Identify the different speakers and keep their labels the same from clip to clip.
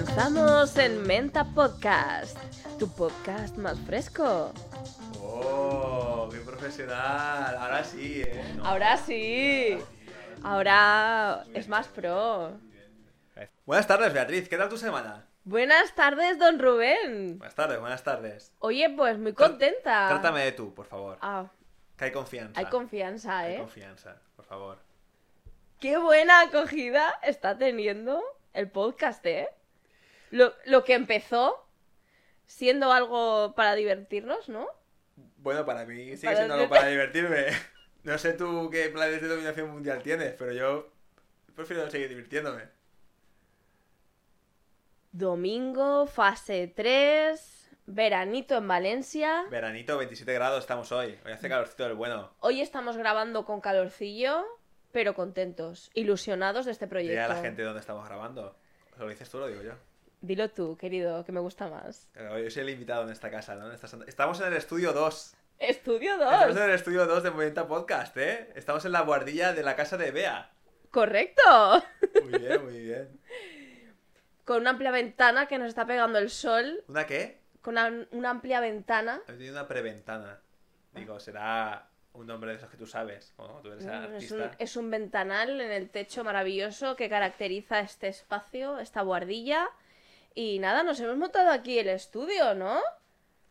Speaker 1: Estamos en Menta Podcast, tu podcast más fresco.
Speaker 2: ¡Oh! ¡Qué profesional! Ahora sí, ¿eh? No.
Speaker 1: Ahora sí. Ahora es más pro.
Speaker 2: Buenas tardes, Beatriz. ¿Qué tal tu semana?
Speaker 1: Buenas tardes, don Rubén.
Speaker 2: Buenas tardes, buenas tardes.
Speaker 1: Oye, pues muy contenta.
Speaker 2: Trátame de tú, por favor.
Speaker 1: Ah,
Speaker 2: Que hay confianza.
Speaker 1: hay confianza,
Speaker 2: Hay
Speaker 1: ¿eh?
Speaker 2: confianza, por favor.
Speaker 1: Qué buena acogida está teniendo el podcast, ¿eh? Lo, lo que empezó siendo algo para divertirnos, ¿no?
Speaker 2: Bueno, para mí sigue
Speaker 1: Para
Speaker 2: siendo algo
Speaker 1: hacerte-
Speaker 2: para divertirme. No sé tú qué planes de dominación mundial tienes, pero yo prefiero seguir divirtiéndome.
Speaker 1: Domingo, fase 3, veranito en Valencia.
Speaker 2: Veranito, 27 grados estamos hoy. Hoy hace calorcito del bueno.
Speaker 1: Hoy estamos grabando con calorcillo, pero contentos, ilusionados de este proyecto.
Speaker 2: Dile a la gente dónde estamos grabando. ¿Lo dices tú o lo digo yo?
Speaker 1: Dilo tú, querido, que me gusta más.
Speaker 2: Claro, Yo soy el invitado en esta casa, ¿no? En esta santa- Estamos en el estudio 2.
Speaker 1: Estudio
Speaker 2: Estamos
Speaker 1: 2.
Speaker 2: en el estudio 2 de Movimiento Podcast, ¿eh? Estamos en la guardilla de la casa de Bea.
Speaker 1: Correcto.
Speaker 2: Muy bien, muy bien.
Speaker 1: Con una amplia ventana que nos está pegando el sol.
Speaker 2: ¿Una qué?
Speaker 1: Con una, una amplia ventana.
Speaker 2: He tenido una preventana. Digo, será un nombre de esos que tú sabes, ¿no? Tú eres
Speaker 1: Mm, Es un, eh
Speaker 2: artista.
Speaker 1: es un ventanal en el techo maravilloso que caracteriza este espacio, esta guardilla. Y nada, nos hemos montado aquí el estudio, ¿no?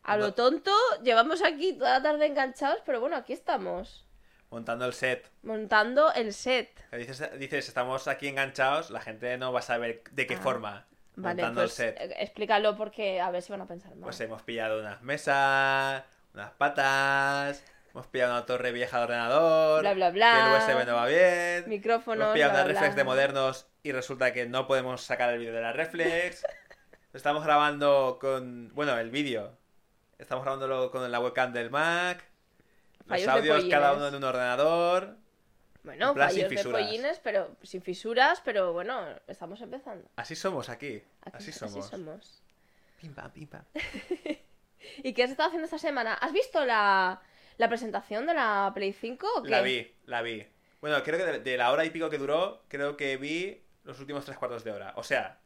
Speaker 1: A lo
Speaker 2: No.
Speaker 1: tonto, llevamos aquí toda la tarde enganchados, pero bueno, aquí estamos.
Speaker 2: Montando el set.
Speaker 1: Montando el set.
Speaker 2: Dices, dices, estamos aquí enganchados, la gente no va a saber de qué
Speaker 1: Ah,
Speaker 2: forma.
Speaker 1: Vale,
Speaker 2: montando
Speaker 1: pues,
Speaker 2: el set.
Speaker 1: eh, explícalo porque a ver si van a pensar mal.
Speaker 2: Pues hemos pillado unas mesas, unas patas, hemos pillado una torre vieja de ordenador,
Speaker 1: Bla, bla, bla.
Speaker 2: que el USB no va bien,
Speaker 1: Micrófonos,
Speaker 2: hemos pillado
Speaker 1: bla,
Speaker 2: una
Speaker 1: bla,
Speaker 2: reflex
Speaker 1: bla.
Speaker 2: de modernos y resulta que no podemos sacar el vídeo de la reflex. Estamos grabando con, bueno, el vídeo. Estamos grabándolo con la webcam del Mac. Los
Speaker 1: Fallos de
Speaker 2: audios cada
Speaker 1: pollines.
Speaker 2: uno en un ordenador. en
Speaker 1: Bueno,
Speaker 2: plan sin
Speaker 1: fallos de
Speaker 2: fisuras.
Speaker 1: pollines, pero sin fisuras, pero bueno, estamos empezando.
Speaker 2: Así somos aquí.
Speaker 1: Aquí-
Speaker 2: Así somos.
Speaker 1: somos.
Speaker 2: Pim pam, pim pam.
Speaker 1: ¿Y qué has estado haciendo esta semana? ¿Has visto la, la presentación de la Play 5 o qué?
Speaker 2: La vi, la vi. Bueno, creo que de, de la hora y pico que duró, creo que vi los últimos tres cuartos de hora. O sea,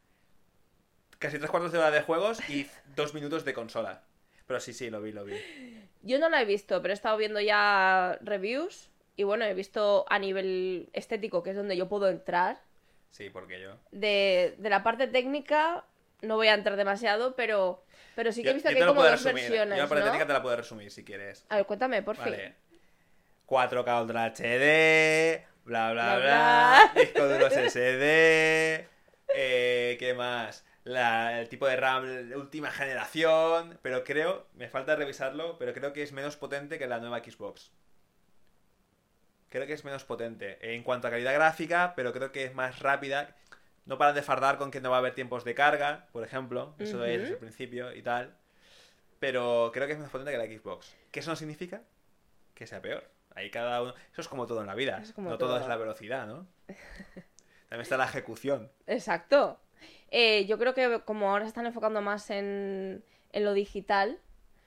Speaker 2: casi tres cuartos de hora de juegos y dos minutos de consola. Pero sí, sí, lo vi, lo vi.
Speaker 1: Yo no la he visto, pero he estado viendo ya reviews y bueno, he visto a nivel estético, que es donde yo puedo entrar.
Speaker 2: Sí, porque yo.
Speaker 1: De, de la parte técnica no voy a entrar demasiado, pero, pero sí que he
Speaker 2: Yo-
Speaker 1: visto
Speaker 2: yo
Speaker 1: que
Speaker 2: te
Speaker 1: hay
Speaker 2: lo
Speaker 1: como
Speaker 2: puedo
Speaker 1: dos
Speaker 2: resumir.
Speaker 1: versiones,
Speaker 2: Yo la parte
Speaker 1: ¿no?
Speaker 2: técnica te la puedo resumir si quieres.
Speaker 1: A ver, cuéntame, por fin.
Speaker 2: Vale. 4K Ultra HD, bla bla
Speaker 1: Bla,
Speaker 2: bla,
Speaker 1: bla.
Speaker 2: disco duro SSD, eh, ¿qué más? La- el tipo de RAM de última generación, pero creo, me falta revisarlo, pero creo que es menos potente que la nueva Xbox. Creo que es menos potente en cuanto a calidad gráfica, pero creo que es más rápida. No paran de fardar con que no va a haber tiempos de carga, por ejemplo, eso es
Speaker 1: Ujú.
Speaker 2: desde el principio y tal. Pero creo que es menos potente que la Xbox. ¿Qué eso no significa? que sea peor. Ahí cada uno. Eso es como todo en la vida.
Speaker 1: Es como
Speaker 2: no todo.
Speaker 1: todo.
Speaker 2: es la velocidad, ¿no? También está la ejecución.
Speaker 1: Exacto. Eh, yo creo que como ahora se están enfocando más en, en lo digital,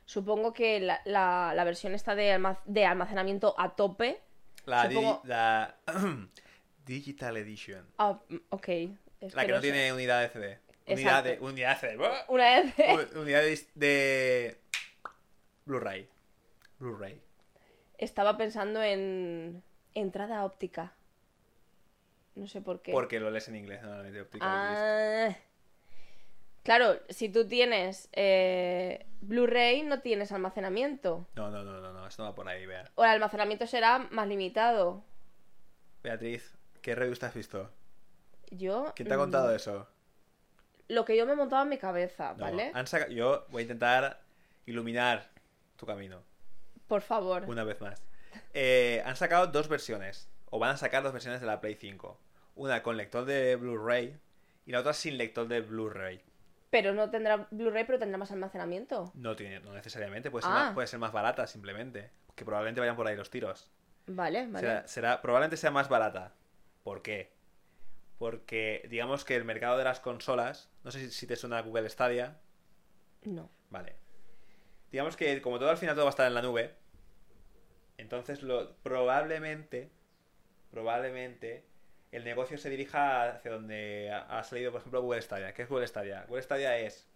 Speaker 1: supongo que la, la- la versión está de, almac- de almacenamiento a tope.
Speaker 2: La, di-
Speaker 1: Supongo-
Speaker 2: la Digital Edition.
Speaker 1: Ah, mm, ok. Es
Speaker 2: La que no
Speaker 1: sé.
Speaker 2: tiene unidad de CD. Unidad de,
Speaker 1: Exacto.
Speaker 2: unidad de CD. ¡buah!
Speaker 1: Una vez.
Speaker 2: Un- Unidad de, dis- de Blu-ray. Blu-ray.
Speaker 1: Estaba pensando en entrada óptica. No sé por qué.
Speaker 2: Porque lo lees en inglés normalmente. Optical disc.
Speaker 1: Ah. Claro, si tú tienes eh, Blu-ray, no tienes almacenamiento.
Speaker 2: No, no, no, no, no. Eso no va por ahí, Bea.
Speaker 1: O el almacenamiento será más limitado.
Speaker 2: Beatriz, ¿qué review has visto?
Speaker 1: Yo.
Speaker 2: ¿Quién te ha
Speaker 1: mm,
Speaker 2: contado eso?
Speaker 1: Lo que yo me montaba en mi cabeza,
Speaker 2: No, ah,
Speaker 1: ¿vale?
Speaker 2: han saca- Yo voy a intentar iluminar tu camino.
Speaker 1: Por favor.
Speaker 2: Una vez más. Eh, han sacado dos versiones, o van a sacar dos versiones de la Play 5. Una con lector de Blu-ray y la otra sin lector de Blu-ray.
Speaker 1: Pero no tendrá Blu-ray, pero tendrá más almacenamiento.
Speaker 2: No tiene, no necesariamente, puede ser,
Speaker 1: Ah.
Speaker 2: más, puede ser más barata simplemente. Que probablemente vayan por ahí los tiros.
Speaker 1: Vale, vale.
Speaker 2: Será, será- probablemente sea más barata. ¿Por qué? Porque digamos que el mercado de las consolas, no sé si, si te suena Google Stadia,
Speaker 1: No.
Speaker 2: Vale. Digamos que como todo al final todo va a estar en la nube, entonces lo probablemente probablemente el negocio se dirija hacia donde ha ha salido, por ejemplo, Google Stadia. ¿Qué es Google Stadia? Google Stadia es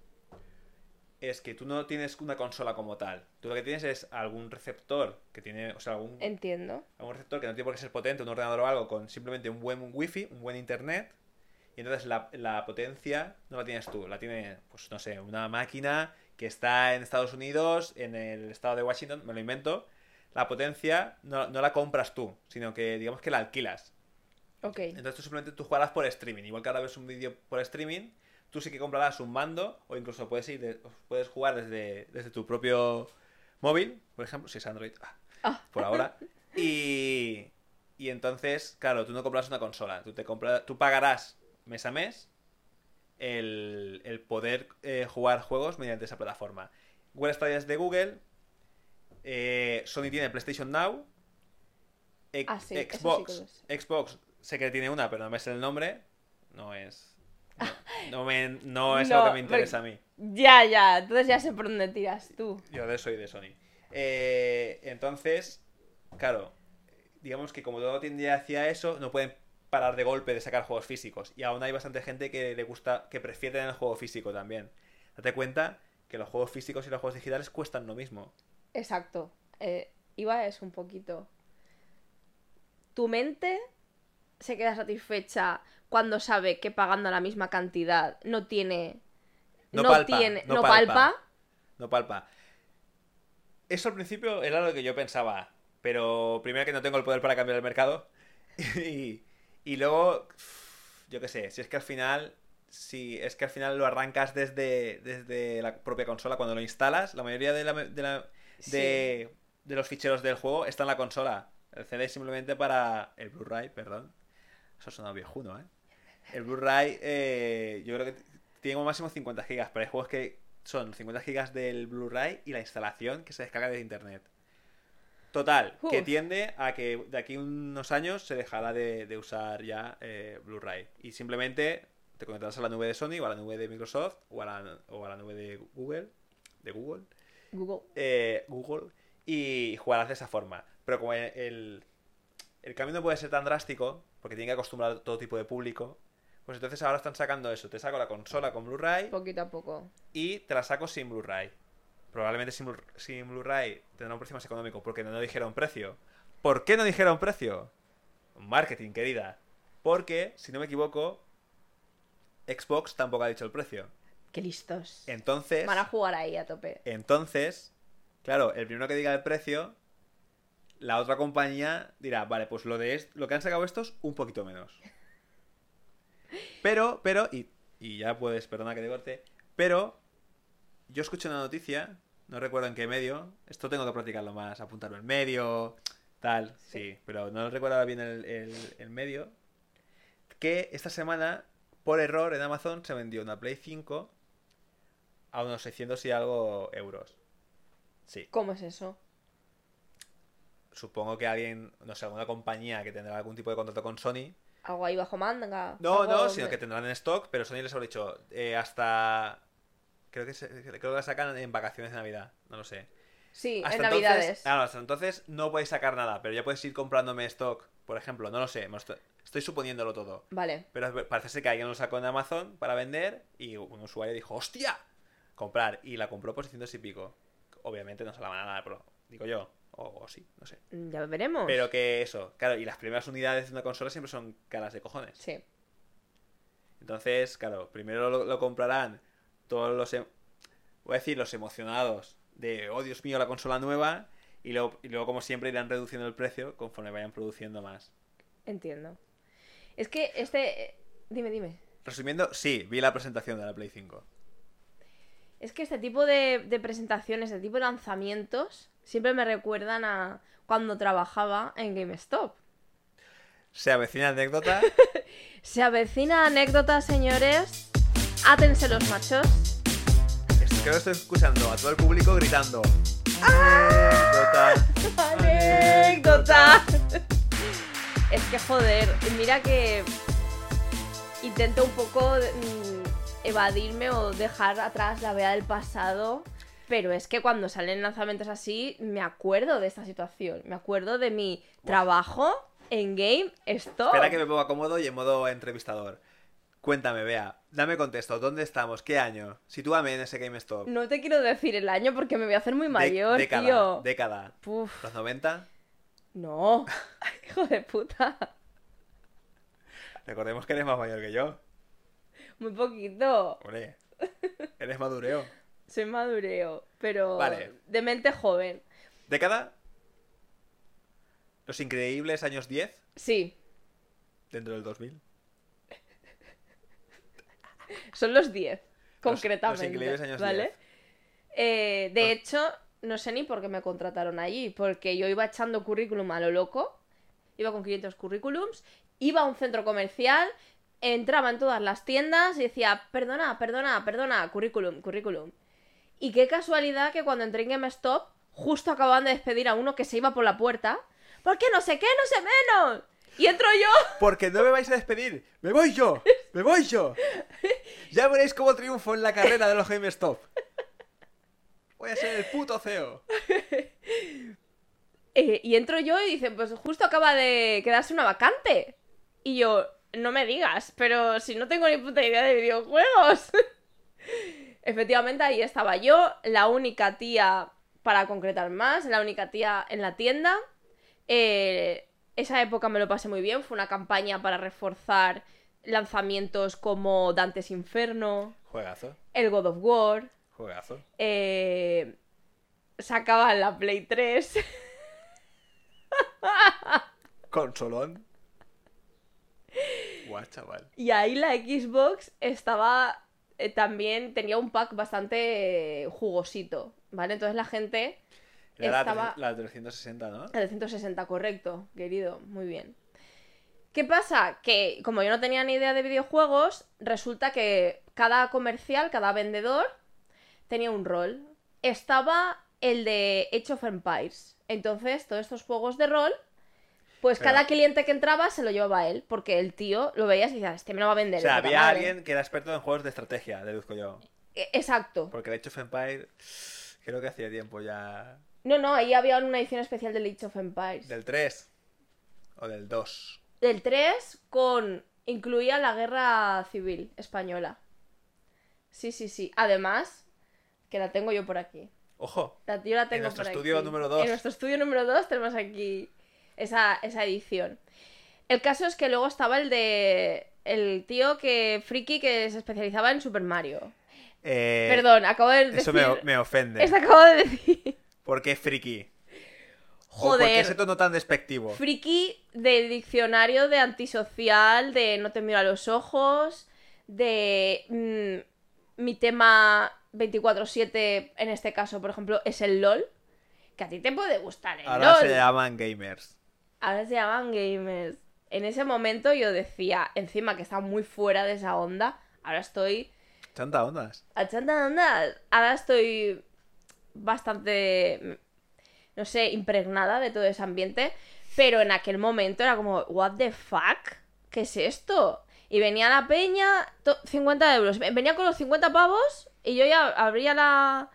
Speaker 2: es que tú no tienes una consola como tal. Tú lo que tienes es algún receptor que tiene, o sea, algún,
Speaker 1: Entiendo.
Speaker 2: algún receptor que no tiene por qué ser potente, un ordenador o algo, con simplemente un buen wifi, un buen internet. Y entonces la, la potencia no la tienes tú, la tiene, pues no sé, una máquina que está en Estados Unidos, en el estado de Washington, me lo invento. La potencia no, no la compras tú, sino que digamos que la alquilas.
Speaker 1: Ok.
Speaker 2: Entonces tú simplemente tú jugarás por streaming. Igual que ahora ves un vídeo por streaming, tú sí que comprarás un mando o incluso puedes ir de- puedes jugar desde, desde tu propio móvil, por ejemplo, si es Android, ah,
Speaker 1: Ah.
Speaker 2: por ahora. Y, y entonces, claro, tú no compras una consola. Tú, te compras, tú pagarás mes a mes el, el poder eh, jugar juegos mediante esa plataforma. Google Stadia es de Google. eh, Sony tiene PlayStation Now. Ex-
Speaker 1: Ah, sí, eso sí
Speaker 2: Xbox,
Speaker 1: que lo
Speaker 2: Xbox, sé que tiene una, pero no me sé el nombre. No es. No, no me- no es
Speaker 1: No,
Speaker 2: lo que me
Speaker 1: porque-
Speaker 2: interesa a mí.
Speaker 1: Ya, ya. Entonces ya sé por dónde tiras tú.
Speaker 2: Yo de soy de Sony. Eh, entonces, claro, digamos que como todo tiende hacia eso, no pueden parar de golpe de sacar juegos físicos. Y aún hay bastante gente que le gusta, que prefieren el juego físico también. Date cuenta que los juegos físicos y los juegos digitales cuestan lo mismo.
Speaker 1: Exacto. Eh, iba es un poquito. Tu mente se queda satisfecha cuando sabe que pagando la misma cantidad no tiene.
Speaker 2: No palpa,
Speaker 1: tiene.
Speaker 2: no
Speaker 1: No, palpa.
Speaker 2: palpa. No palpa. Eso al principio era lo que yo pensaba. Pero primero que no tengo el poder para cambiar el mercado. Y, y luego, yo qué sé, si es que al final. Si es que al final lo arrancas desde, desde la propia consola, cuando lo instalas, la mayoría de, la- de la- de- de los ficheros del juego está en la consola. El CD es simplemente para. El Blu-ray, perdón. Eso ha sonado viejuno, ¿eh? El Blu-ray, eh, yo creo que t- tiene como máximo 50 gigas, pero hay juegos que son 50 gigas del Blu-ray y la instalación que se descarga desde internet. Total, que
Speaker 1: Uf.
Speaker 2: tiende a que de aquí unos años se dejará de, de usar ya eh, Blu-ray. Y simplemente te conectarás a la nube de Sony o a la nube de Microsoft o a la, o a la nube de Google. De Google
Speaker 1: Google.
Speaker 2: eh, Google y jugarás de esa forma. Pero como el, el, el cambio no puede ser tan drástico, porque tiene que acostumbrar a todo tipo de público, pues entonces ahora están sacando eso. Te saco la consola con Blu-ray
Speaker 1: Poquito a poco.
Speaker 2: y te la saco sin Blu-ray. Probablemente sin, Blu- sin Blu-ray tendrá un precio más económico, porque no, dijeron precio. ¿Por qué no dijeron precio? Marketing, querida. Porque, si no me equivoco, Xbox tampoco ha dicho el precio.
Speaker 1: Qué listos.
Speaker 2: Entonces...
Speaker 1: Van a jugar ahí a tope.
Speaker 2: Entonces, claro, el primero que diga el precio, la otra compañía dirá, vale, pues lo de est- lo que han sacado estos, un poquito menos. Pero, pero, y, y ya puedes, perdona que te corte, pero yo escuché una noticia, no recuerdo en qué medio, esto tengo que practicarlo más, apuntarlo en medio, tal, sí, pero no recuerdo bien el, el- el medio, que esta semana, por error, en Amazon se vendió una Play 5 a unos 600 y algo euros. Sí.
Speaker 1: ¿Cómo es eso?
Speaker 2: Supongo que alguien, no sé, alguna compañía que tendrá algún tipo de contrato con Sony.
Speaker 1: ¿Algo ahí bajo manga?
Speaker 2: No,
Speaker 1: ¿Algo
Speaker 2: no,
Speaker 1: donde-
Speaker 2: sino que tendrán en stock, pero Sony les habrá dicho eh, hasta... Creo que, se- creo que la sacan en vacaciones de Navidad, no lo sé.
Speaker 1: Sí,
Speaker 2: Hasta
Speaker 1: en
Speaker 2: entonces- ah.
Speaker 1: Navidades.
Speaker 2: Claro, hasta entonces no podéis sacar nada, pero ya podéis ir comprándome stock, por ejemplo, no lo sé, me lo estoy, estoy suponiéndolo todo.
Speaker 1: Vale.
Speaker 2: Pero parece ser que alguien lo sacó en Amazon para vender y un usuario dijo, ¡hostia! Comprar. Y la compró por 600 y pico. Obviamente no se la van a dar, pero digo yo. O, o sí, no sé.
Speaker 1: Mm, Ya veremos.
Speaker 2: Pero que eso, claro, y las primeras unidades de una consola siempre son caras de cojones.
Speaker 1: Sí.
Speaker 2: Entonces, claro, primero lo, lo comprarán todos los... em- Voy a decir, los emocionados de, oh Dios mío, la consola nueva. Y luego, y luego, como siempre, irán reduciendo el precio conforme vayan produciendo más.
Speaker 1: Entiendo. Es que este... eh, Dime, dime.
Speaker 2: Resumiendo, sí, vi la presentación de la Play 5.
Speaker 1: Es que este tipo de, de presentaciones, este tipo de lanzamientos, siempre me recuerdan a cuando trabajaba en GameStop.
Speaker 2: Se avecina anécdota.
Speaker 1: Se avecina anécdota, señores. Átense los machos.
Speaker 2: Es- Creo que estoy escuchando a todo el público gritando.
Speaker 1: ¡Ah!
Speaker 2: ¡Anécdota!
Speaker 1: ¡Anécdota! Es que joder, mira que intento un poco mm, evadirme o dejar atrás la vea del pasado, pero es que cuando salen lanzamientos así me acuerdo de esta situación, me acuerdo de mi trabajo en game stop.
Speaker 2: Espera que me ponga cómodo y en modo entrevistador. Cuéntame, Bea, dame contexto, ¿dónde estamos? ¿Qué año? Sitúame en ese GameStop.
Speaker 1: No te quiero decir el año porque me voy a hacer muy
Speaker 2: De-
Speaker 1: mayor,
Speaker 2: década,
Speaker 1: tío.
Speaker 2: Década.
Speaker 1: Puf,
Speaker 2: ¿Los 90?
Speaker 1: no. Hijo de puta.
Speaker 2: Recordemos que eres más mayor que yo.
Speaker 1: Muy poquito.
Speaker 2: Hombre, eres madureo.
Speaker 1: Soy madureo, pero
Speaker 2: Vale.
Speaker 1: de mente joven.
Speaker 2: ¿Década? ¿Los increíbles años 10?
Speaker 1: Sí,
Speaker 2: Dentro del 2000.
Speaker 1: son los 10,
Speaker 2: Los-
Speaker 1: concretamente.
Speaker 2: los increíbles años
Speaker 1: ¿vale?
Speaker 2: 10.
Speaker 1: Eh, de
Speaker 2: Ah.
Speaker 1: hecho, no sé ni por qué me contrataron allí, porque yo iba echando currículum a lo loco, iba con 500 currículums, iba a un centro comercial, entraba en todas las tiendas y decía, perdona, perdona, perdona, currículum, currículum. Y qué casualidad que cuando entré en GameStop, justo acababan de despedir a uno que se iba por la puerta, porque no sé qué, no sé menos. Y entro yo,
Speaker 2: Porque no me vais a despedir. Me voy yo. Me voy yo. Ya veréis cómo triunfo en la carrera de los GameStop. Voy a ser el puto E CEO.
Speaker 1: eh, y entro yo y dice, pues justo acaba de quedarse una vacante. Y yo, no me digas, pero si no tengo ni puta idea de videojuegos. Efectivamente, ahí estaba yo, la única tía, para concretar más, la única tía en la tienda. Eh, esa época me lo pasé muy bien, fue una campaña para reforzar lanzamientos como Dantes Inferno,
Speaker 2: Juegazo.
Speaker 1: el God of War,
Speaker 2: Juegazo.
Speaker 1: eh, sacaban la Play 3.
Speaker 2: Consolón. Guau, chaval.
Speaker 1: Y ahí la Xbox estaba eh, también, tenía un pack bastante eh, jugosito, ¿vale? Entonces la gente...
Speaker 2: Era
Speaker 1: Estaba-
Speaker 2: la, 360, ¿no?
Speaker 1: El 160, correcto, querido, muy bien. ¿Qué pasa? Que como yo no tenía ni idea de videojuegos, resulta que cada comercial, cada vendedor, tenía un rol. Estaba el de Age of Empires. Entonces, todos estos juegos de rol, pues
Speaker 2: Pero-
Speaker 1: cada cliente que entraba se lo llevaba él, porque el tío lo veías y decías, este me lo va a vender.
Speaker 2: O sea,
Speaker 1: de puta
Speaker 2: había
Speaker 1: madre".
Speaker 2: alguien que era experto en juegos de estrategia, deduzco yo.
Speaker 1: E- Exacto.
Speaker 2: Porque el Age of Empire creo que hacía tiempo ya.
Speaker 1: No, no, ahí había una edición especial del Age of Empires.
Speaker 2: Del 3 o del 2.
Speaker 1: Del 3 con... incluía la guerra civil española. Sí, sí, sí. Además, que la tengo yo por aquí.
Speaker 2: Ojo,
Speaker 1: La- yo la tengo
Speaker 2: nuestro
Speaker 1: por
Speaker 2: estudio
Speaker 1: aquí.
Speaker 2: número dos.
Speaker 1: En nuestro estudio número 2 tenemos aquí esa, esa edición. El caso es que luego estaba el de... El tío que friki que se especializaba en Super Mario.
Speaker 2: eh,
Speaker 1: Perdón, acabo de decir...
Speaker 2: Eso me, me ofende.
Speaker 1: Esto acabo de decir.
Speaker 2: ¿Por qué friki? ¿O ¿Por qué
Speaker 1: Joder.
Speaker 2: ese tono tan despectivo?
Speaker 1: Friki del diccionario de antisocial, de no te miro a los ojos, de mm, mi tema 24-7, en este caso, por ejemplo, es el LOL. Que a ti te puede gustar el
Speaker 2: Ahora
Speaker 1: LOL.
Speaker 2: se llaman gamers.
Speaker 1: Ahora se llaman gamers. En ese momento yo decía, encima que estaba muy fuera de esa onda, ahora estoy.
Speaker 2: Chanta ondas.
Speaker 1: achanta ondas. Ahora estoy bastante no sé, impregnada de todo ese ambiente, pero en aquel momento era como, what the fuck, ¿qué es esto? Y venía la peña, to- 50 euros, Ve- venía con los 50 pavos y yo ya abría la...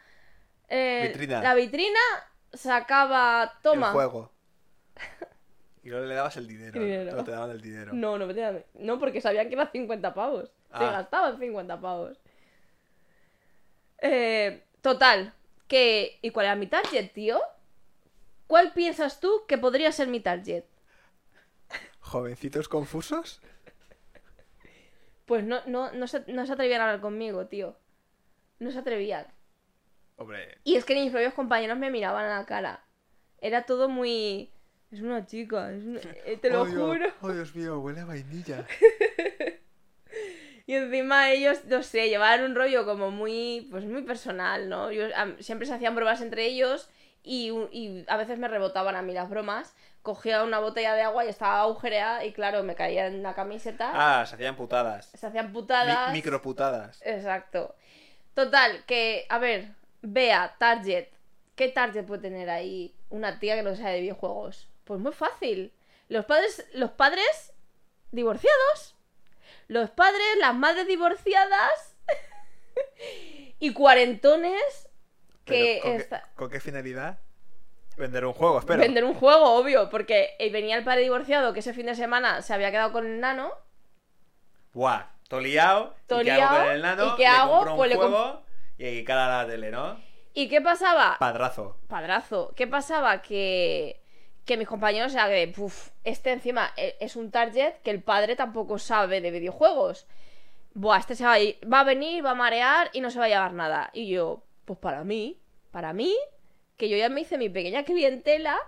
Speaker 1: eh,
Speaker 2: Vitrina.
Speaker 1: La vitrina, sacaba, toma.
Speaker 2: El juego. Y luego le dabas el dinero.
Speaker 1: Dinero.
Speaker 2: No te daban el dinero.
Speaker 1: No, no, me tenía- no, porque sabían que eran 50 pavos. Se
Speaker 2: Ah.
Speaker 1: gastaban 50 pavos. Eh, total, que... ¿Y cuál era mi target, tío? ¿Cuál piensas tú que podría ser mi target?
Speaker 2: ¿Jovencitos confusos?
Speaker 1: Pues no, no, no, se, no se atrevían a hablar conmigo, tío. No se atrevían.
Speaker 2: Hombre,
Speaker 1: Y es que ni mis propios compañeros me miraban a la cara. Era todo muy... Es una chica, es una- eh, te lo
Speaker 2: Oh, Dios-
Speaker 1: juro.
Speaker 2: Oh, Dios mío, huele a vainilla.
Speaker 1: Y encima ellos, no sé, llevaban un rollo como muy, pues muy personal, ¿no? Yo, am- siempre se hacían bromas entre ellos y, u- y a veces me rebotaban a mí las bromas. Cogía una botella de agua y estaba agujereada y claro, me caía en la camiseta.
Speaker 2: Ah, se hacían putadas.
Speaker 1: Se hacían
Speaker 2: Mi-
Speaker 1: putadas.
Speaker 2: microputadas.
Speaker 1: Exacto. Total, que, a ver, vea, target. ¿Qué target puede tener ahí una tía que no sabe de videojuegos? Pues muy fácil. Los padres, los padres divorciados. Los padres, las madres divorciadas. y cuarentones
Speaker 2: Pero,
Speaker 1: que
Speaker 2: ¿con, qué-
Speaker 1: está-
Speaker 2: con qué finalidad? Vender un juego, espero.
Speaker 1: Vender un juego, obvio, porque eh, venía el padre divorciado que ese fin de semana se había quedado con el nano.
Speaker 2: Buah, todo liado.
Speaker 1: Todo
Speaker 2: ¿Y qué hago con
Speaker 1: liado,
Speaker 2: el nano?
Speaker 1: ¿y qué
Speaker 2: Le
Speaker 1: hago?
Speaker 2: compro un
Speaker 1: Pues le comp-
Speaker 2: juego y cara a la tele, ¿no?
Speaker 1: ¿Y qué pasaba?
Speaker 2: Padrazo.
Speaker 1: Padrazo. ¿Qué pasaba? Que, que mis compañeros, o sea, que, puf, este encima e- es un target que el padre tampoco sabe de videojuegos. Buah, este se va a, ir- va a venir, va a marear y no se va a llevar nada. Y yo, pues para mí, para mí, que yo ya me hice mi pequeña clientela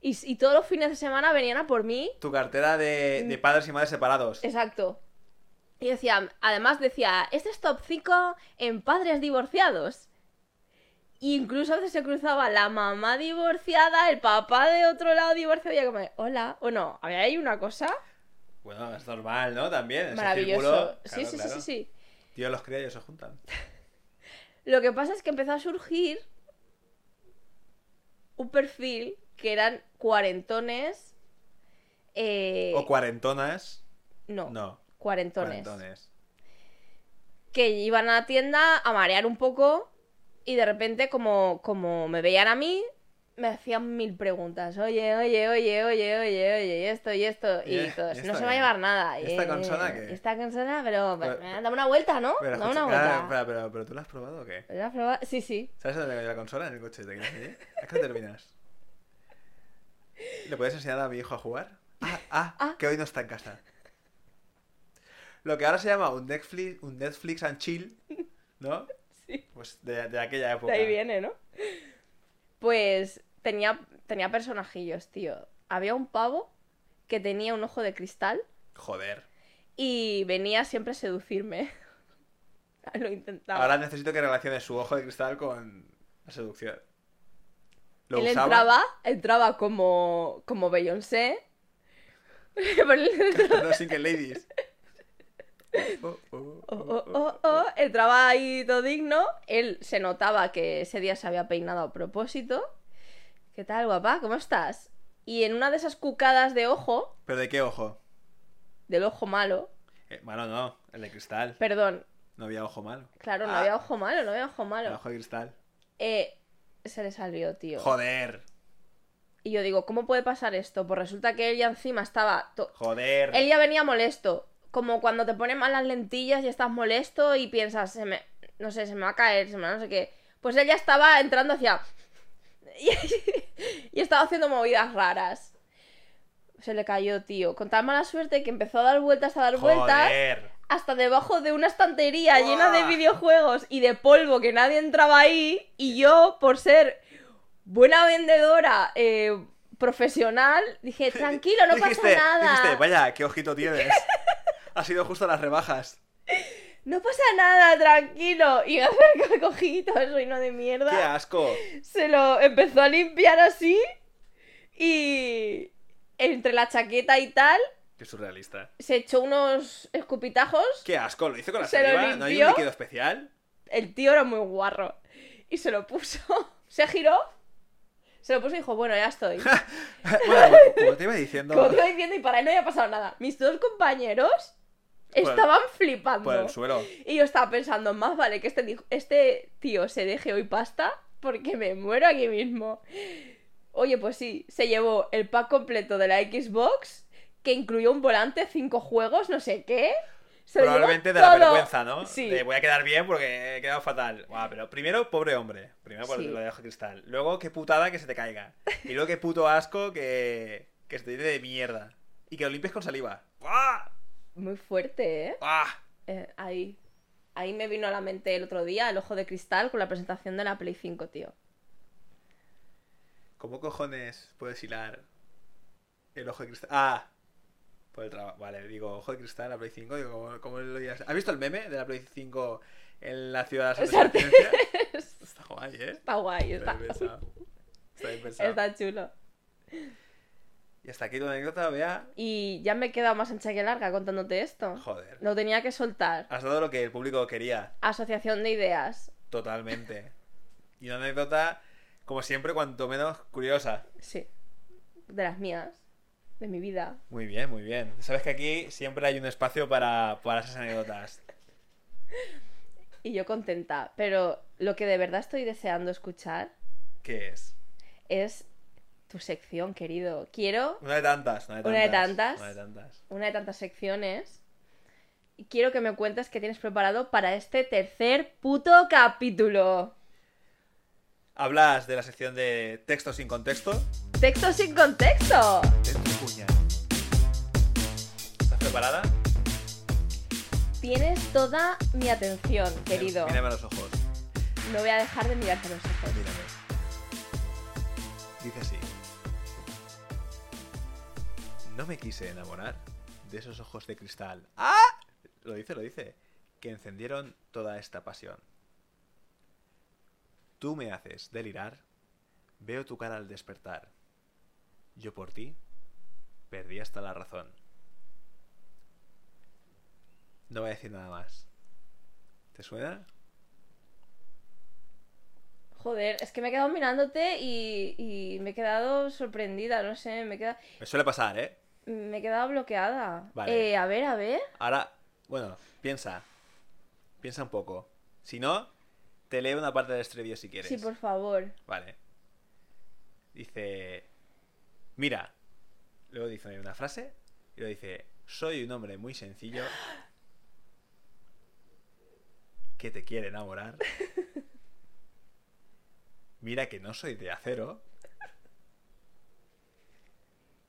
Speaker 1: y, s- y todos los fines de semana venían a por mí.
Speaker 2: Tu cartera de,
Speaker 1: Mm.
Speaker 2: de padres y madres separados.
Speaker 1: Exacto. Y decía, además decía, este es top 5 en padres divorciados. E incluso a veces se cruzaba la mamá divorciada, el papá de otro lado divorciado, y yo como, hola, o no, había ahí una cosa
Speaker 2: Bueno, es normal, ¿no? También. ese
Speaker 1: maravillosa.
Speaker 2: círculo,
Speaker 1: Sí,
Speaker 2: claro,
Speaker 1: sí,
Speaker 2: claro.
Speaker 1: sí, sí, sí.
Speaker 2: Tío, los cría y ellos se juntan.
Speaker 1: Lo que pasa es que empezó a surgir un perfil que eran cuarentones. eh,
Speaker 2: O cuarentonas.
Speaker 1: no,
Speaker 2: No,
Speaker 1: cuarentones.
Speaker 2: cuarentones.
Speaker 1: que iban a la tienda a marear un poco y de repente como, como me veían a mí, me hacían mil preguntas. Oye, oye, oye, oye, oye, oye, y esto, y esto, y,
Speaker 2: Y- Eh, y
Speaker 1: todos.
Speaker 2: esta
Speaker 1: No se
Speaker 2: qué?
Speaker 1: va a llevar nada.
Speaker 2: ¿Y esta
Speaker 1: eh,
Speaker 2: consola qué?
Speaker 1: Esta consola, pero,
Speaker 2: Pero-
Speaker 1: eh, dame una vuelta, ¿no?
Speaker 2: Pero,
Speaker 1: dame
Speaker 2: escucha,
Speaker 1: una
Speaker 2: claro,
Speaker 1: vuelta.
Speaker 2: pero, pero- pero tú la has probado o qué?
Speaker 1: Una prueba- Sí, sí.
Speaker 2: ¿Sabes dónde tengo yo la consola en el coche? ¿Te quieres venir? ¿A qué hora terminas? ¿Le puedes enseñar a mi hijo a jugar? Ah, ah,
Speaker 1: Ah.
Speaker 2: que hoy no está en casa. Lo que ahora se llama un Netflix, un Netflix and chill, ¿no?
Speaker 1: Sí.
Speaker 2: Pues de, de aquella época.
Speaker 1: De ahí viene, ¿no? Pues tenía, tenía personajillos, tío. Había un pavo que tenía un ojo de cristal
Speaker 2: Joder.
Speaker 1: y venía siempre a seducirme. Lo intentaba.
Speaker 2: Ahora necesito que relacione su ojo de cristal con la seducción. Lo
Speaker 1: él
Speaker 2: usaba.
Speaker 1: entraba, entraba como, como Beyoncé. Pero él-
Speaker 2: No, sin que ladies. Oh, oh,
Speaker 1: oh, oh, oh, oh, entraba ahí todo digno. Él se notaba que ese día se había peinado a propósito. ¿Qué tal, guapa? ¿Cómo estás? Y en una de esas cucadas de ojo,
Speaker 2: ¿Pero de qué ojo?
Speaker 1: del ojo malo,
Speaker 2: Eh, malo no, el de cristal.
Speaker 1: perdón,
Speaker 2: No había ojo malo.
Speaker 1: claro, no
Speaker 2: Ah.
Speaker 1: había ojo malo, no había ojo
Speaker 2: El
Speaker 1: malo.
Speaker 2: ojo de cristal.
Speaker 1: Eh, se le salió, tío.
Speaker 2: Joder,
Speaker 1: Y yo digo, ¿cómo puede pasar esto? Pues resulta que él ya encima estaba to-
Speaker 2: joder.
Speaker 1: Él ya venía molesto. Como cuando te ponen mal las lentillas y estás molesto y piensas, se me, no sé, se me va a caer, se me va no sé qué. Pues él ya estaba entrando hacia. Y, estaba haciendo movidas raras. Se le cayó, tío. Con tan mala suerte que empezó a dar vueltas, a dar vueltas.
Speaker 2: Joder.
Speaker 1: Hasta debajo de una estantería
Speaker 2: Buah.
Speaker 1: llena de videojuegos y de polvo que nadie entraba ahí. Y yo, por ser buena vendedora eh, profesional, dije, tranquilo, no
Speaker 2: Dijiste-
Speaker 1: pasa nada.
Speaker 2: dijiste, vaya, qué ojito tienes. ha sido justo las rebajas.
Speaker 1: No pasa nada, tranquilo. Y acerca cogí todo el reino de
Speaker 2: Qué
Speaker 1: mierda.
Speaker 2: asco.
Speaker 1: Se lo empezó a limpiar así. Y entre la chaqueta y tal,
Speaker 2: Qué surrealista.
Speaker 1: se echó unos escupitajos.
Speaker 2: Qué asco, lo hizo con la
Speaker 1: Se lo
Speaker 2: saliva. ¿No hay un
Speaker 1: limpió.
Speaker 2: líquido especial?
Speaker 1: El tío era muy guarro. Y se lo puso. Se giró. Se lo puso y dijo, bueno, ya estoy.
Speaker 2: bueno, como te iba diciendo,
Speaker 1: Como te iba diciendo, y para él no había pasado nada. Mis dos compañeros
Speaker 2: el-
Speaker 1: estaban flipando.
Speaker 2: por el suelo.
Speaker 1: Y yo estaba pensando, más vale que este, di- este tío se deje hoy pasta porque me muero aquí mismo. Oye, pues sí, se llevó el pack completo de la Xbox, que incluyó un volante, cinco juegos, no sé qué. Se lo llevó
Speaker 2: Probablemente de la
Speaker 1: todo.
Speaker 2: vergüenza, ¿no?
Speaker 1: Sí.
Speaker 2: De voy a quedar bien porque he quedado fatal. Buah, pero primero, pobre hombre. Primero por
Speaker 1: Sí.
Speaker 2: lo de ojo de cristal. Luego, qué putada que se te caiga. Y luego, qué puto asco que, que se te llene de mierda. Y que lo limpies con saliva. ¡Buah!
Speaker 1: Muy fuerte, ¿eh?
Speaker 2: ¡Buah!
Speaker 1: Eh, Ahí. Ahí me vino a la mente el otro día el ojo de cristal con la presentación de la Play 5, tío.
Speaker 2: ¿Cómo cojones puedes hilar el ojo de cristal? ¡Ah! Por el trabajo. Vale, digo, ojo de cristal, la Play 5. Digo, ¿cómo, cómo lo hilas? ¿Has visto el meme de la Play 5 en la ciudad de la Santa
Speaker 1: Sartén.
Speaker 2: Cecilia? Está guay, ¿eh?
Speaker 1: Está guay,
Speaker 2: Está
Speaker 1: está,
Speaker 2: bien pensado. Está bien pensado.
Speaker 1: está chulo.
Speaker 2: Y hasta aquí tu anécdota, vea.
Speaker 1: Y ya me he quedado más ancha que larga contándote esto.
Speaker 2: Joder.
Speaker 1: Lo tenía que soltar.
Speaker 2: Has dado lo que el público quería,
Speaker 1: Asociación de ideas.
Speaker 2: totalmente. Y una anécdota, como siempre, cuanto menos curiosa.
Speaker 1: Sí. De las mías. De mi vida.
Speaker 2: Muy bien, muy bien. Sabes que aquí siempre hay un espacio para, para esas anécdotas.
Speaker 1: Y yo contenta. Pero lo que de verdad estoy deseando escuchar
Speaker 2: ¿Qué es?
Speaker 1: es Tu sección, querido. Quiero
Speaker 2: Una de tantas, una de
Speaker 1: Una
Speaker 2: tantas.
Speaker 1: de tantas.
Speaker 2: Una de tantas.
Speaker 1: una de tantas secciones. Y quiero que me cuentes qué tienes preparado para este tercer puto capítulo.
Speaker 2: Hablas de la sección de texto sin contexto.
Speaker 1: Texto sin contexto.
Speaker 2: Ten tu cuña. ¿Estás preparada?
Speaker 1: Tienes toda mi atención, querido.
Speaker 2: Mírame a los ojos.
Speaker 1: No voy a dejar de mirarte a los ojos.
Speaker 2: Mírame. Dice así. No me quise enamorar de esos ojos de cristal. ¡Ah! Lo dice, lo dice. Que encendieron toda esta pasión. Tú me haces delirar. Veo tu cara al despertar. Yo por ti perdí hasta la razón. No voy a decir nada más. ¿Te suena?
Speaker 1: Joder, es que me he quedado mirándote y, y me he quedado sorprendida, no sé, me he quedado,
Speaker 2: Me suele pasar, ¿eh?
Speaker 1: me he quedado bloqueada.
Speaker 2: Vale.
Speaker 1: Eh, a ver, a ver.
Speaker 2: Ahora, bueno, piensa. Piensa un poco. Si no, te leo una parte del estribillo si quieres.
Speaker 1: Sí, por favor.
Speaker 2: Vale. Dice. Mira. Luego dice una frase. Y luego dice. Soy un hombre muy sencillo. Que te quiere enamorar. Mira que no soy de acero.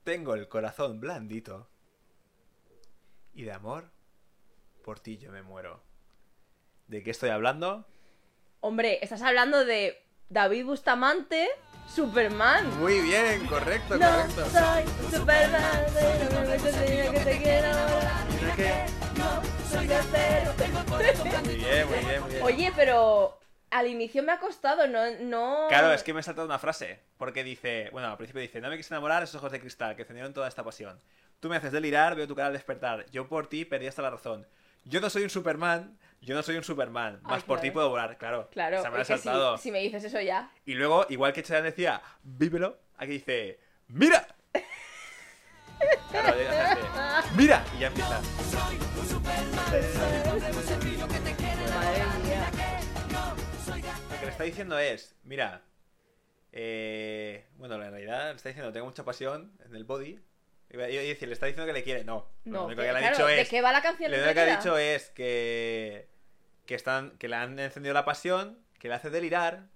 Speaker 2: Tengo el corazón blandito. Y de amor, por ti yo me muero. ¿De qué estoy hablando?
Speaker 1: Hombre, estás hablando de David Bustamante, Superman.
Speaker 2: Muy bien, correcto,
Speaker 1: No soy Superman, pero me meto en el que te quiero hablar.
Speaker 2: Mira que-
Speaker 1: Soy de acero.
Speaker 2: Muy bien, muy bien, muy bien.
Speaker 1: Oye, pero al inicio me ha costado, no, no.
Speaker 2: Claro, es que me he saltado una frase. Porque dice, bueno, al principio dice, no me quise enamorar esos ojos de cristal que encendieron toda esta pasión. Tú me haces delirar, veo tu cara al despertar. Yo por ti perdí hasta la razón. Yo no soy un Superman, yo no soy un Superman.
Speaker 1: Ah,
Speaker 2: Más por
Speaker 1: claro.
Speaker 2: ti puedo volar, claro.
Speaker 1: Claro,
Speaker 2: se me ha
Speaker 1: es que si-
Speaker 2: saltado.
Speaker 1: si me dices eso ya.
Speaker 2: Y luego, igual que Chayanne decía, vívelo, aquí dice, ¡mira! Claro, llega la gente, ¡mira! Y ya empieza.
Speaker 1: Madre mía.
Speaker 2: Lo que le está diciendo es, mira, eh, bueno, en realidad le está diciendo, tengo mucha pasión en el body. Iba- iba a decir, le está diciendo que le quiere, no. lo
Speaker 1: No,
Speaker 2: único
Speaker 1: que-
Speaker 2: que le ha
Speaker 1: claro,
Speaker 2: dicho
Speaker 1: ¿de
Speaker 2: es,
Speaker 1: qué va la canción?
Speaker 2: lo único que ha
Speaker 1: entera?
Speaker 2: dicho es que, que, están, que le han encendido la pasión, que le hace delirar.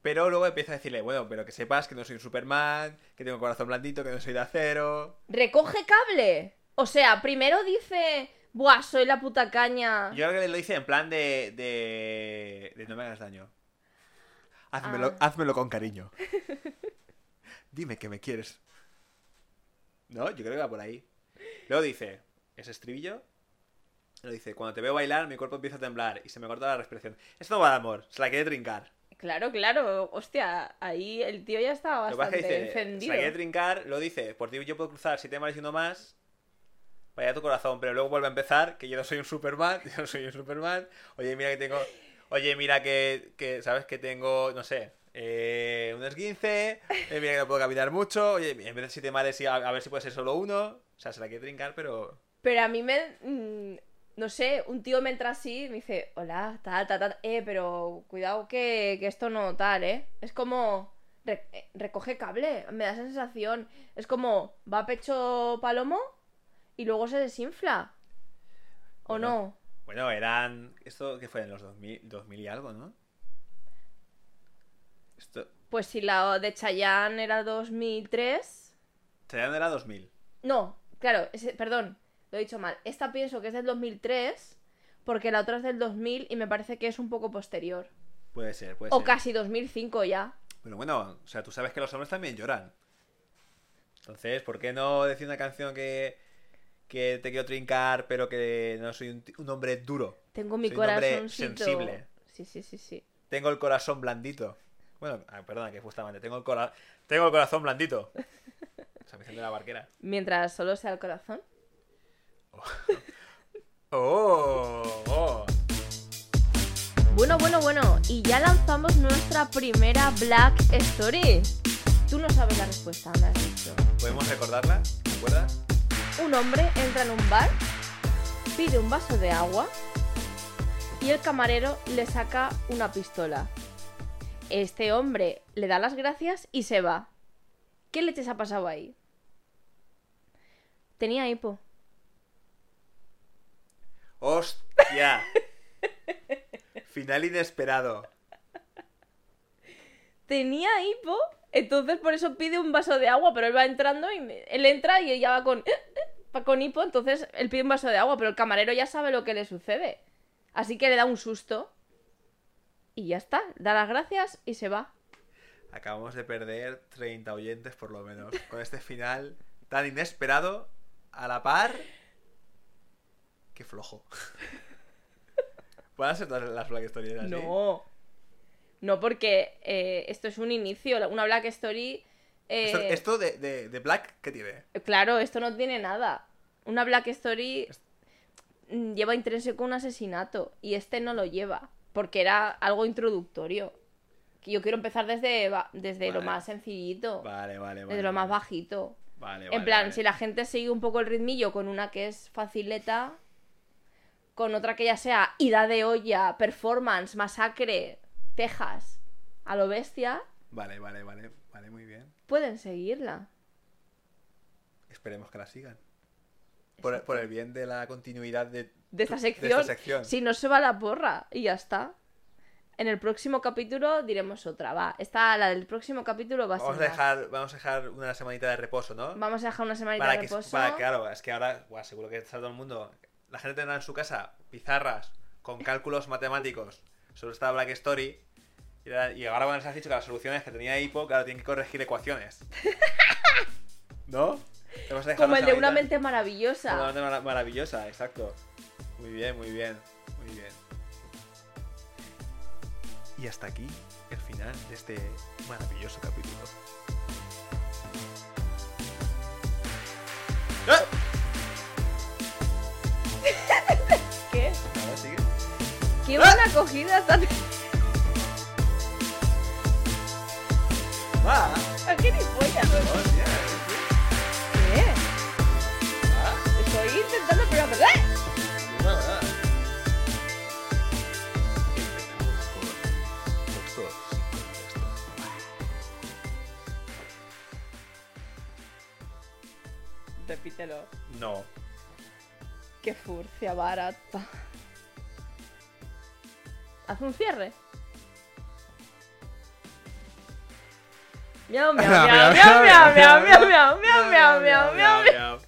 Speaker 2: Pero luego empieza a decirle, bueno, pero que sepas que no soy un Superman, que tengo corazón blandito, que no soy de acero.
Speaker 1: Recoge cable. O sea, primero dice, buah, soy la puta caña.
Speaker 2: Yo creo que lo dice en plan de. de, de no me hagas daño. Házmelo,
Speaker 1: Ah.
Speaker 2: házmelo con cariño. Dime que me quieres. No, yo creo que va por ahí. Luego dice, ese estribillo. Lo dice, cuando te veo bailar, mi cuerpo empieza a temblar y se me corta la respiración. Esto no va de amor, se la quiere trincar.
Speaker 1: Claro, claro. Hostia, ahí el tío ya estaba
Speaker 2: Lo que pasa
Speaker 1: bastante
Speaker 2: es que dice, se
Speaker 1: encendido.
Speaker 2: la quiere trincar, lo dice, por ti yo puedo cruzar siete mares y uno más. Vaya tu corazón, pero luego vuelve a empezar, que yo no soy un Superman, yo no soy un Superman. Oye, mira que tengo, oye, mira que, que sabes que tengo, no sé, eh, un esguince, eh, mira que no puedo caminar mucho, oye, en vez de siete mares, sí, a, a ver si puede ser solo uno. O sea, se la quiere trincar, pero...
Speaker 1: Pero a mí me... mm, no sé, un tío me entra así y me dice, hola, tal, tal, tal. Eh, pero cuidado que, que esto no tal, ¿eh? Es como... re- eh, recoge cable, me da esa sensación. Es como, va a pecho palomo y luego se desinfla. ¿O
Speaker 2: Bueno.
Speaker 1: no?
Speaker 2: Bueno, eran... Esto que fue en los 2000, 2000 y algo, ¿no? Esto...
Speaker 1: Pues si la de Chayanne era 2003...
Speaker 2: Chayanne era 2000.
Speaker 1: No, claro, ese- perdón, lo he dicho mal. Esta pienso que es del 2003 porque la otra es del 2000 y me parece que es un poco posterior.
Speaker 2: Puede ser, puede
Speaker 1: O
Speaker 2: ser.
Speaker 1: casi 2005 ya.
Speaker 2: Pero bueno, o sea, tú sabes que los hombres también lloran. Entonces, ¿por qué no decir una canción que, que te quiero trincar, pero que no soy un, ti- un hombre duro?
Speaker 1: Tengo mi
Speaker 2: Soy un hombre
Speaker 1: corazón
Speaker 2: sensible.
Speaker 1: Sí, sí, sí, sí.
Speaker 2: Tengo el corazón blandito. Bueno, ah, perdona, que justamente tengo el, cora- tengo el corazón blandito. San Vicente de la Barquera.
Speaker 1: Mientras solo sea el corazón.
Speaker 2: ¡Oh! oh.
Speaker 1: Bueno, bueno, bueno. Y ya lanzamos nuestra primera Black Story. Tú no sabes la respuesta, me has dicho.
Speaker 2: ¿Podemos recordarla? ¿Te acuerdas?
Speaker 1: Un hombre entra en un bar, pide un vaso de agua y el camarero le saca una pistola. Este hombre le da las gracias y se va. ¿Qué leches ha pasado ahí? Tenía hipo.
Speaker 2: ¡Hostia! Final inesperado.
Speaker 1: Tenía hipo, entonces por eso pide un vaso de agua, pero él va entrando y me- él entra y ella va con, va con hipo, entonces él pide un vaso de agua, pero el camarero ya sabe lo que le sucede. Así que le da un susto. Y ya está, da las gracias y se va.
Speaker 2: Acabamos de perder 30 oyentes por lo menos. Con este final tan inesperado, a la par... ¡Qué flojo! ¿Van a ser todas las Black Stories así?
Speaker 1: No. No, porque eh, esto es un inicio, una Black Story... eh,
Speaker 2: ¿Esto, esto de, de- de Black qué tiene?
Speaker 1: Claro, esto no tiene nada. Una Black Story mm, lleva intrínseco un asesinato y este no lo lleva, porque era algo introductorio. Que Yo quiero empezar desde, ba- desde lo
Speaker 2: Vale.
Speaker 1: más sencillito,
Speaker 2: Vale, vale, vale.
Speaker 1: desde lo más
Speaker 2: vale.
Speaker 1: bajito.
Speaker 2: Vale,
Speaker 1: en
Speaker 2: vale,
Speaker 1: plan,
Speaker 2: vale.
Speaker 1: si la gente sigue un poco el ritmillo con una que es facileta, con otra que ya sea ida de olla, performance, masacre, Texas, a lo bestia,
Speaker 2: Vale, vale, vale, vale, muy bien.
Speaker 1: pueden seguirla.
Speaker 2: Esperemos que la sigan. Por, por el bien de la continuidad de...
Speaker 1: de esta sección.
Speaker 2: sección.
Speaker 1: Si no se va la porra y ya está. En el próximo capítulo diremos otra, va. Esta, la del próximo capítulo va a ser.
Speaker 2: Vamos a,
Speaker 1: más.
Speaker 2: dejar, vamos a dejar una semanita de reposo, ¿no?
Speaker 1: Vamos a dejar una semanita
Speaker 2: para
Speaker 1: de
Speaker 2: que,
Speaker 1: reposo.
Speaker 2: para- claro, es que ahora, buah, seguro que está todo el mundo. La gente tendrá en su casa pizarras con cálculos matemáticos sobre esta Black Story. Y ahora- Y ahora van a dicho que las soluciones que tenía Hippo, claro, tienen que corregir ecuaciones. ¿No? Te vas a dejar
Speaker 1: Como el de una
Speaker 2: semanita.
Speaker 1: mente maravillosa.
Speaker 2: Como una mente mara- maravillosa, exacto. Muy bien, muy bien, muy bien. Y hasta aquí el final de este maravilloso capítulo. ¡Ah!
Speaker 1: ¿Qué?
Speaker 2: Ahora sigue.
Speaker 1: ¿Qué buena acogida ¡Ah, tan.
Speaker 2: Va.
Speaker 1: ¡Qué ni follas, ¿no?
Speaker 2: Hostia.
Speaker 1: ¿Qué?
Speaker 2: Va.
Speaker 1: Estoy intentando, pero. ¡Ah!
Speaker 2: Va, va. Empezamos con Doctor sin contestar.
Speaker 1: Repítelo.
Speaker 2: No.
Speaker 1: ¡Qué furcia barata! Haz un cierre. Miau, miau, miau, miau, miau, miau, miau, miau, miau, miau, miau, miau.
Speaker 2: miau, miau.